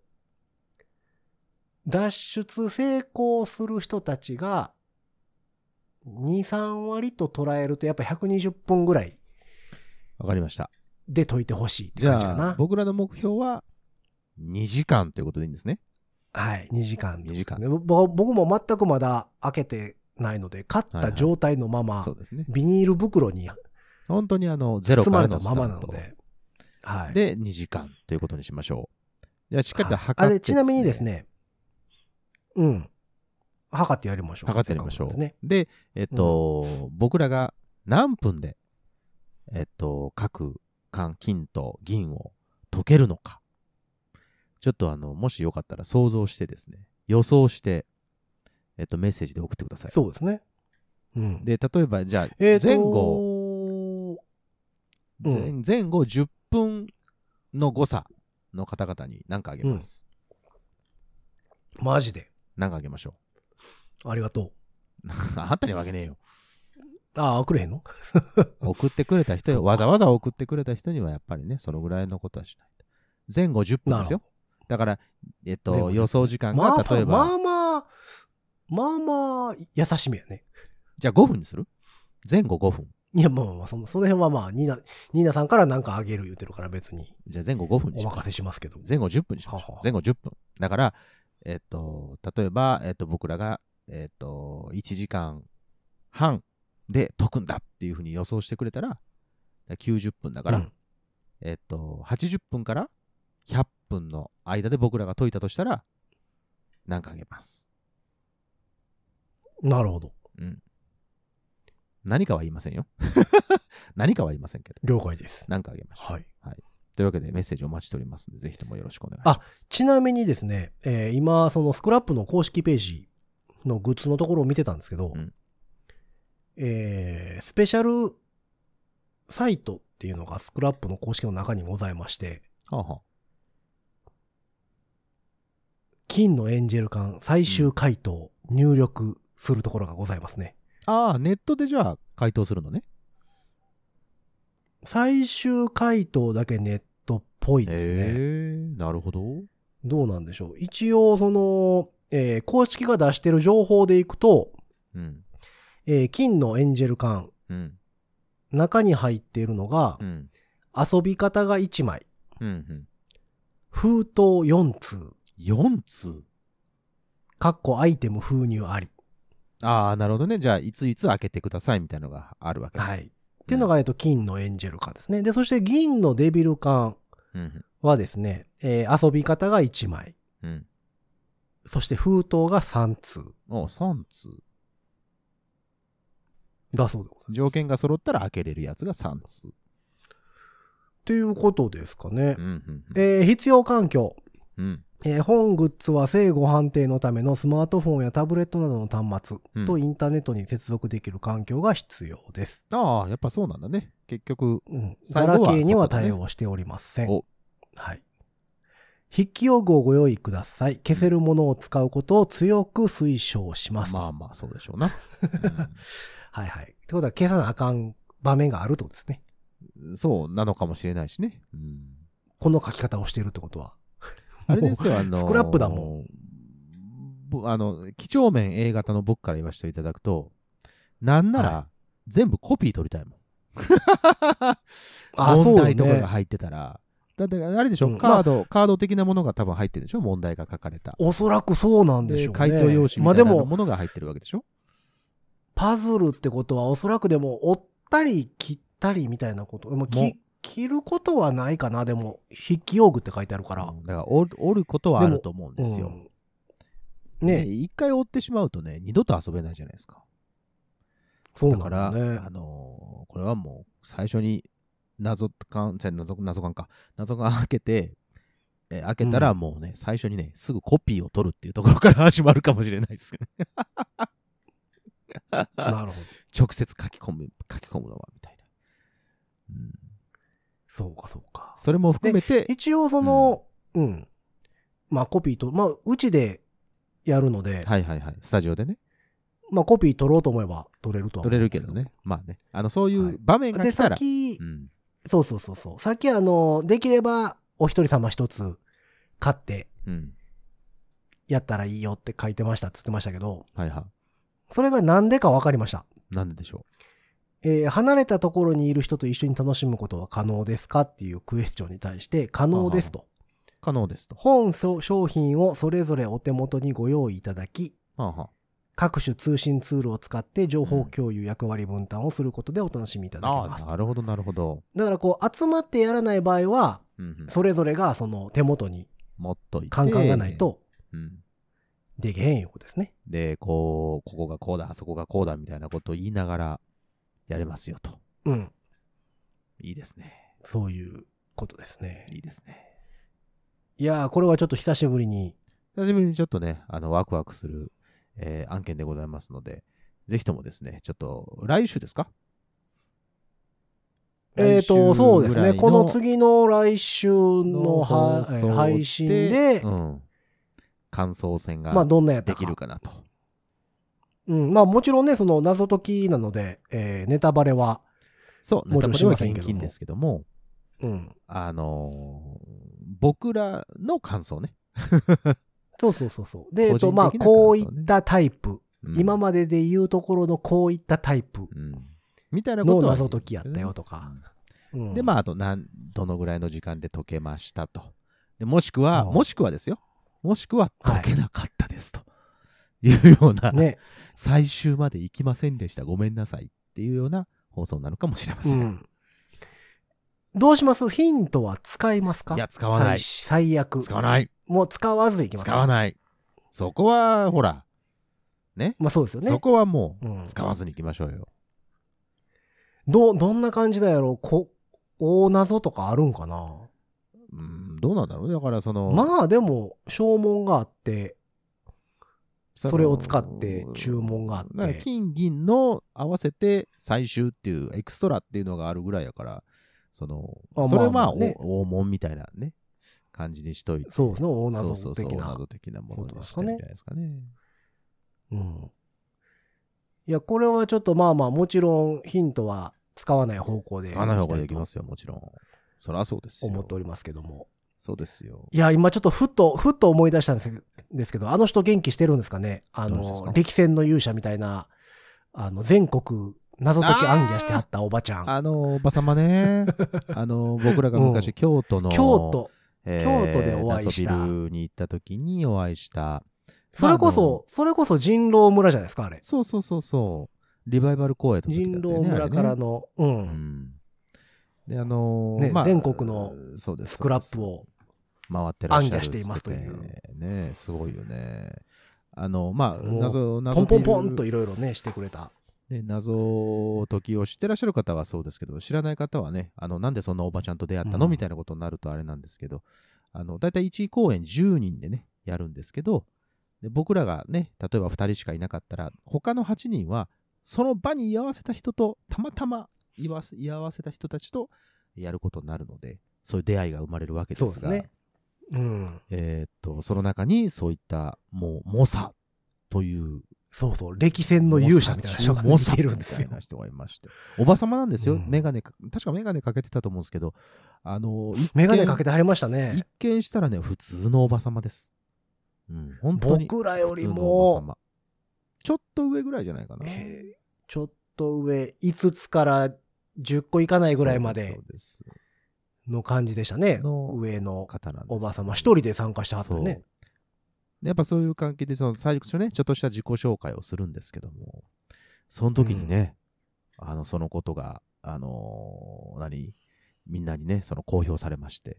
B: 脱出成功する人たちが、2、3割と捉えると、やっぱ120分ぐらい
C: わかりました。
B: で解いてほしいって
C: じ
B: 感じか
C: ゃあ
B: な、。
C: 僕らの目標は、2時間ということでいいんですね。
B: はい、2時間、
C: 2時間
B: ね。ぼ僕も全くまだ開けてないので、勝っ
C: はいは
B: た
C: い
B: 状態のまま、
C: そうですね。
B: ビニール袋に
C: 本当にあの、ゼ
B: 包
C: ロか
B: ま
C: ら
B: れ
C: の
B: た
C: スタ
B: ままな
C: ー
B: の
C: ト。
B: で。はい。
C: で、2時間ということにしましょう。じゃあ、しっかり
B: は
C: と
B: い
C: 測っ
B: あ
C: て、
B: れ、ちなみにです。ね、うん。測ってやりましょう。
C: 測ってみまし
B: せ
C: ょ
B: っかく
C: う。
B: なんでね。
C: で、えっと、僕らが何分で、えっと、各缶、金と銀を解けるのか。ちょっとあの、もしよかったら想像してですね、予想して、えっと、メッセージで送ってください。
B: そうですね。うん。、
C: で、例えば、じゃあ、
B: えーと
C: 前
B: う
C: 後、
B: ん
C: 前前後10分の誤差の方々に何かあげます。
B: マジで。
C: 何かあげましょ
B: ありがと
C: う。 あんたにはあげねえよ。
B: う。ああ、くれへんの
C: 送ってくれた人
B: そ
C: よ、
B: う
C: わざわざ送ってくれた人にはやっぱりね、そのぐらいのことはしないと。前後10分ですよ。だから、えっ
B: 前後10
C: と、
B: 分
C: 予想時間
B: ま
C: が
B: あ、
C: 例えば、
B: まあまあ、まあまあ、優しめやね。
C: じゃあ5分にする前後5分。
B: いや、まあまあまあ、その、その辺はまあ、ニーナ、ニーナさんからなんかあげる言うてるから別に
C: じゃあ前後5分に
B: お
C: しましょ
B: 任
C: う。
B: せしますけど。
C: 前後10分にしましょ
B: は
C: う
B: は。
C: 前後10分。だから、えっと、例えば、えっと、僕らが、えっと、1時間半で解くんだっていうふうに予想してくれたら、だから90分だから、
B: うん
C: えっと、80分から100分の間で僕らが解いたとしたら、何かあげます。
B: なるほど。
C: うん。何かは言いませんよ。 何かは言いませんけど、
B: 了解です。
C: 何かあげましょう。
B: はい。
C: というわけでメッセージお待ちしておりますので、ぜひともよろしくお願いし
B: あ
C: ます。
B: ちなみにですね、えー今、そのスクラップの公式ページのグッズのところを見てたんですけど、
C: うん
B: えースペシャルサイトっていうのがスクラップの公式の中にございまして、
C: あ、はあはあ、
B: 金のエンジェル缶最終回答入力するところがございますね。
C: ああ、ネットでじゃあ回答するのね。
B: 最終回答だけネットっぽいですね。
C: ええなるほど。
B: どうなんでしょう。一応、その、えー公式が出してる情報でいくと、
C: うん。
B: えー金のエンジェル缶
C: うん。
B: 中に入っているのが、
C: うん。
B: 遊び方が1枚、
C: うん。うん。
B: 封筒4通、
C: 4通。
B: かっこアイテム封入あり。
C: ああ、なるほどね。じゃあ、いついつ開けてくださいみたいなのがあるわけね。
B: はい。っていうのが、えっと、金のエンジェル缶ですね。で、そして銀のデビル缶
C: うん。うん。
B: はですね、えー遊び方が1枚、
C: うん。
B: そして封筒が3通
C: お3通。
B: だそうでございます。
C: 条件が揃ったら開けれるやつが3通。
B: ということですかね
C: うん。。うん。うん
B: えー必要環境。
C: うん。
B: えー本グッズは正誤判定のためのスマートフォンやタブレットなどの端
C: うん
B: 末とインターネットに接続できる環境が必要です。
C: ああ、やっぱそうなんだね。結局、
B: うん。
C: 最
B: ガ
C: 後は
B: ラケーには
C: そこだね
B: 対応しておりません。
C: お、
B: はい。筆記用具をご用意ください。消せるものを使うことを強く推奨します。
C: まあまあ、そうでしょうな。
B: はいはい。ってことは消さなあかん場面があるってことですね。
C: うんそうなのかもしれないしね。うん
B: この書き方をしているってことは。
C: あれですよ、あの
B: スクラップだも
C: ん。ぼあの、几帳面 A 型の僕から言わせていただくと、なんなら、全部コピー取りたいもん。問題とかが入ってたら。だって、あれでしょ、
B: うん
C: カード、カード的なものが多分入ってるでしょ問題が書かれた。
B: おそらくそうなんでしょうね。
C: 回答用紙み
B: まあ
C: た
B: で
C: いなも
B: も、
C: のが入ってるわけでしょ、
B: パズルってことはおそらくでも折ったり切ったりみたいなこと。でも
C: も
B: き切ることはないかな。でも筆記用具って書いてあるから。
C: うんだから折る折ることはあると思うんですよ。
B: うん。ね
C: で一回折ってしまうとね、二度と遊べないじゃないですか。
B: そうなん
C: だ
B: だ
C: から、
B: ね
C: あ。のーこれはもう最初に謎感、じゃあ謎謎感か、謎感開けて、えー開けたらもうね、最初にね、すぐコピーを取るっていうところから始まるかもしれないです。
B: なるほど。
C: 直接書き込む、書き込むのは、みたいな。うん、
B: そうか、そうか。
C: それも含めて、
B: 一応その、うん、まあコピーと、まあうちでやるので、
C: はいはいはい、スタジオでね、
B: まあコピー取ろうと思えば取れるとは思
C: 取
B: う
C: れ
B: んで
C: る
B: す
C: けどね。。まあね、あの、そういう場面が
B: で、
C: 来た
B: さ
C: ら、
B: っき、
C: うん、
B: そうそうそうそう。さっきあの、できればお一人様一つ買って
C: うん、
B: やったらいいよって書いてましたって言ってましたけど、
C: はいは
B: それがなんでか分かりました。
C: い。なんででしょ
B: えー離れたところにいる人と一緒に楽しむことは可能ですかっていうクエスチョンに対して、可能ですと。
C: う。可能ですと。
B: 本商品をそれぞれお手元にご用意いただき、
C: はあは
B: 各種通信ツールを使って情報共有役割分担をすることでお楽しみいただけ
C: あ。
B: ま
C: あ
B: す。
C: あ、なるほどなるほど。
B: だからこう集まってやらない場合は、
C: うんうん、
B: それぞれがその手元に
C: 持っといて。
B: カンカンがないと
C: うん。
B: できへんいうことですね。
C: で、こう、ここがこうだ、あそこがこうだ、みたいなことを言いながら、やれますよと。
B: うん。
C: いいですね。
B: そういうことですね。
C: いいですね。
B: いやー、これはちょっと久しぶりに。
C: 久しぶりにちょっとね、あの、ワクワクする、えー案件でございますので、ぜひともですね、ちょっと、来週ですか
B: えっ、
C: 来週ぐらい
B: と、そうですね。この次の来週のは
C: 放送
B: えー配信で、
C: うん。感想戦が
B: まあ、どんなやった
C: で
B: か。
C: きるかなと。
B: うん。まあ、もちろんね、その謎解きなので、えーネタバレは、
C: そう、ネ
B: もち
C: タ
B: ろん
C: バ
B: し
C: レは
B: ません
C: 厳
B: けども
C: 禁ですけども、
B: うん。
C: あのー僕らの感想ね。
B: そうそうそうそう。で、えっ、と、
C: 個人的な
B: まあ、
C: 感想ね
B: こういったタイプ、
C: うん
B: 今までで言うところのこういったタイプ
C: うんみたいなこと
B: の
C: は
B: 謎解きやったよとか。うん
C: で、まあ、あとなん、どのぐらいの時間で解けましたと。でもしくは、
B: うん
C: もしくはですよ。もしくは、
B: はい
C: 解けなかったですと。い、うような、
B: ね。
C: 最終まで行きませんでした。ごめんなさい。っていうような放送なのかもしれませ。
B: うんん。どうしますヒントは使いますか
C: いや使わない
B: 最最悪。
C: 使わない。
B: もう使わずいきます。
C: 使わ
B: い。
C: ない。そこは、ほら、
B: まあそうですよね。
C: そこはも
B: う
C: う、
B: ん
C: 使わずに行きましょうよ。
B: ど、どんな感じだやろうこ、大謎とかあるんかな
C: うん、どうなんだろうねだから、その、
B: まあでも、証文があって、
C: の
B: それを使って注文があって
C: だから金、銀の合わせて最終っていう、エクストラっていうのがあるぐらいやから、その、
B: あ
C: それはま
B: ま
C: あ、
B: あね
C: お大門みたいなね、感じにしといて。
B: そうですね、大
C: そうそ
B: 謎
C: うそう
B: 的
C: 大
B: な。
C: 謎的なもの
B: こと
C: に
B: です
C: して
B: か
C: み
B: ね
C: たいですかね。
B: うん。いや、これはちょっとまあまあ、もちろんヒントは使わない方向で。
C: 使わない方ができますよ、もちろん。そりゃそうですよ。
B: 思っておりますけども。
C: そうですよ。
B: いや、今ちょっとふっと、ふっと思い出したんですですけど、あの人元気してるんですかねあ
C: どうですか
B: の、歴戦の勇者みたいな、あの、全国謎解き暗記してはったおばちゃん。
C: あの、おばさま ね、あの、僕らが
B: う
C: 昔、
B: ん
C: 京都の、
B: 京都。
C: えー、
B: 京都でお会いした
C: ナソビルに行った時にお会いした、
B: それこ
C: まああの
B: そ、それこそ人狼村じゃないですか、あれ。
C: そうそうそうそう。リバイバル公演の時
B: 人
C: だった
B: 狼
C: よね。
B: 村か
C: あ
B: ら
C: れね
B: の、う、
C: うんん。で、あのー
B: ね全国の
C: そうです
B: スクラップ
C: を
B: を。
C: 回ってらっしゃる
B: 暗夜していますという
C: つっててねすごいよね。あの、まあ、
B: もう
C: 謎、謎
B: ポンポンポ
C: ビ
B: ン
C: ル
B: といろいろね、してくれた。
C: ね、謎解きを知ってらっしゃる方はそうですけど、知らない方はね、あの、なんでそんなおばちゃんと出会ったの、
B: うん
C: みたいなことになるとあれなんですけど、あの、だいたい1公演10人でね、やるんですけど、で僕らがね、例えば2人しかいなかったら、他の8人は、その場に居合わせた人と、たまたま居合わせ居合わせた人たちとやることになるので、そういう出会いが生まれるわけですが、
B: そうですねうん。
C: えーっと、その中にそういった、もう、猛者という
B: そうそう、歴戦の勇者みたいな人が
C: モサ
B: いるんです
C: み
B: よ
C: たい。な人がいまして。おばさまなんですよ。
B: うん
C: メガネか、確かメガネかけてたと思うんですけど、あの、一見
B: メガネかけてはりました
C: 一
B: ね。
C: 見したらね、普通のおばさまです。うん、本当に。
B: 僕らより
C: 普通のおばさ
B: も、
C: まちょっと上ぐらいじゃないかな。
B: えーちょっと上、5つから10個いかないぐらいまで
C: そうです。そうで
B: の感じでしたね。
C: の
B: 上
C: す
B: の
C: 方なんです。
B: おばさま一人で参加してはったね。
C: そうでやっぱそういう関係で、その最初ね、ちょっとした自己紹介をするんですけども、その時にね、あの、そのことが、あのー何みんなにね、その公表されまして、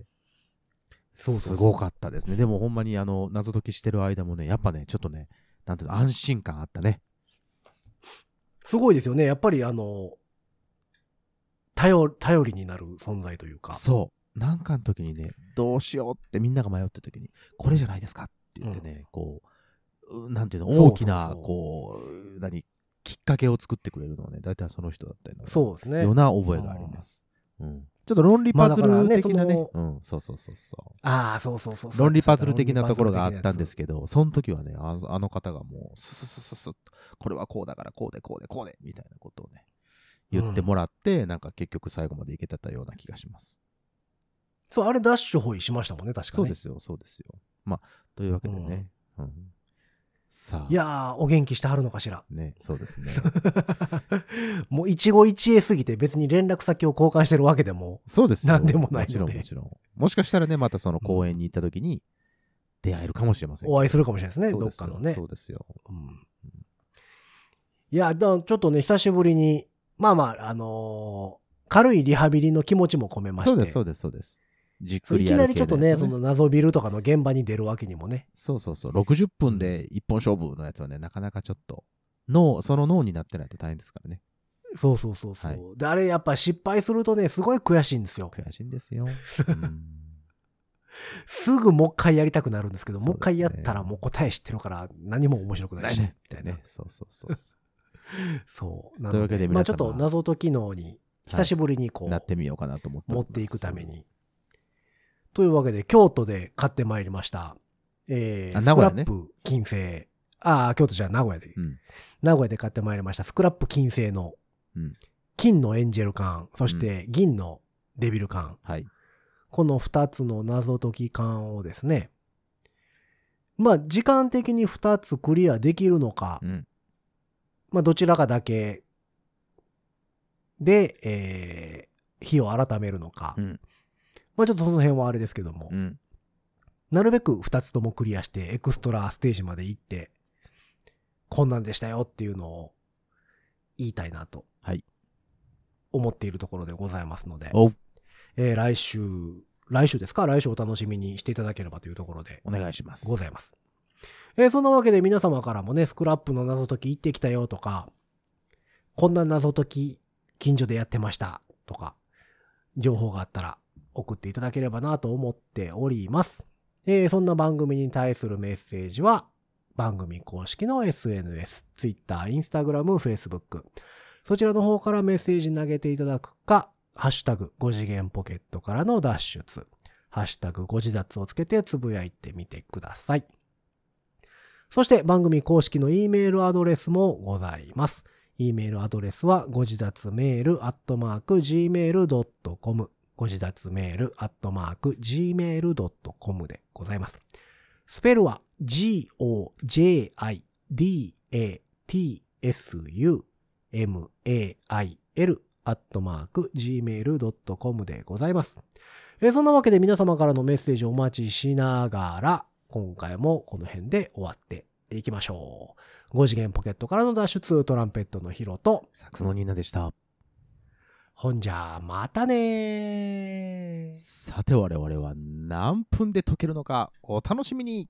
B: そうそうそう
C: すごかったですね。でもほんまにあの、謎解きしてる間もね、やっぱね、ちょっとね、なんていうの、安心感あったね。
B: すごいですよね。やっぱりあの、頼頼りになる存在というか。
C: そう。なんかの時にね、どうしようってみんなが迷った時に、これじゃないですかって言ってね、こう、うなんていう
B: そ
C: の、
B: うそうそう
C: 大きな、こう、何、きっかけを作ってくれるのはね、大体その人だったりの
B: そうですね
C: よう。な覚えがあります。うん、ちょっと論理パズ
B: まあだ
C: ル
B: からね
C: 的なね,、
B: そ
C: うん、そうそうそうそ
B: ああ、そうそうそう
C: う。
B: そう。
C: 論理パズル的なところがあったんです
B: け
C: けど、その時はね、ああの方がもう、スススススッと、これはこうだから、こうで、こうで、こうで、みたいなことをね、言ってもらって、なんか結局最後までいけてたような気がします。
B: ど。そう、あれダッシュホイしましたもんね、確かね。
C: そうですよ、そうですよ。まあ、というわけでね、うんさあ、
B: いやー、お元気してはるのかしら。
C: ね、そうですね。
B: もう一期一会すぎて別に連絡先を交換してるわけでも。
C: そうですよ。
B: なんでもないので
C: もちろん、もちろん。もしかしたらね、またその公園に行った時に出会えるかもしれませんけど。
B: お会いするかもしれないですね、
C: そう
B: ど
C: で
B: っ
C: す
B: か
C: よ
B: のね。
C: そうですよ。
B: うんいや、だちょっとね、久しぶりに、まあまあ、あのー軽いリハビリの気持ちも込めまして。
C: そうです、そうです、そうです。じっ
B: そう
C: く
B: い
C: り
B: き
C: や
B: なり
C: る
B: ち
C: 系
B: ょっと
C: の
B: ね、
C: やつ
B: その謎ビルとかの現場に出るわけにもね。
C: そうそうそう、60分で一本勝負のやつはね、なかなかちょっと、脳、その脳になってないと大変ですからね。
B: そうそうそうそう。
C: はい
B: で、あれやっぱ失敗するとね、すごい悔しいんですよ。
C: 悔しいんですよ。うん
B: すぐもう一回やりたくなるんですけど、
C: そうです
B: も
C: ね
B: う一回やったらもう答え知ってるから何も面白 くないし、みたいな
C: ね。。そうそ うそうそ
B: そう。なの
C: というわけで皆様
B: まあちょっと謎解き能に久しぶりにこ
C: う。
B: う、
C: なってみようかなと思ってお
B: 持
C: りま
B: っ
C: す
B: ていくため。に。というわけで、京都で買ってまいりました。えー、
C: あ
B: ス
C: 名
B: ク
C: 古
B: ラ
C: 屋
B: ッ
C: ね
B: プ金星。ああ、京都じゃ名古屋で。
C: うん。
B: 名古屋で買ってまいりました。スクラップ金星の
C: うん、
B: 金のエンジェル缶、そして銀のデビル缶。
C: はい。
B: この2つの謎解き缶をですね、まあ時間的に2つクリアできるのか
C: う、ん。
B: まあどちらかだけで、えー、火を改めるのか、
C: うん。
B: まあちょっとその辺はあれですけども、
C: うん。
B: なるべく2つともクリアしてエクストラステージまで行って、こんなんでしたよっていうのを言いたいなと、
C: はい
B: 思っているところでございますので、
C: お、
B: えー来週、来週ですか来週お楽しみにしていただければというところで
C: お願いします。
B: ございます。えーそんなわけで皆様からもね、スクラップの謎解き行ってきたよとか、こんな謎解き近所でやってましたとか、情報があったら送っていただければなと思っております。えーそんな番組に対するメッセージは、番組公式の SNS、Twitter、Instagram、Facebook、そちらの方からメッセージ投げていただくか、ハッシュタグ5次元ポケットからの脱出、ハッシュタグご自立をつけてつぶやいてみてください。そして番組公式の E メールアドレスもございます。E メールアドレスはご自立メールアットマーク Gmail.com ご自立メールアットマーク Gmail.com でございます。スペルは G-O-J-I-D-A-T-S-U-M-A-I-L アットマーク Gmail.com でございます。えーそんなわけで皆様からのメッセージをお待ちしながら、今回もこの辺で終わっていきましょう。5次元ポケットからの脱出、トランペットのヒロと、
C: サックスのニーナでした。
B: ほんじゃ、またねー。
C: さて我々は何分で解けるのかお楽しみに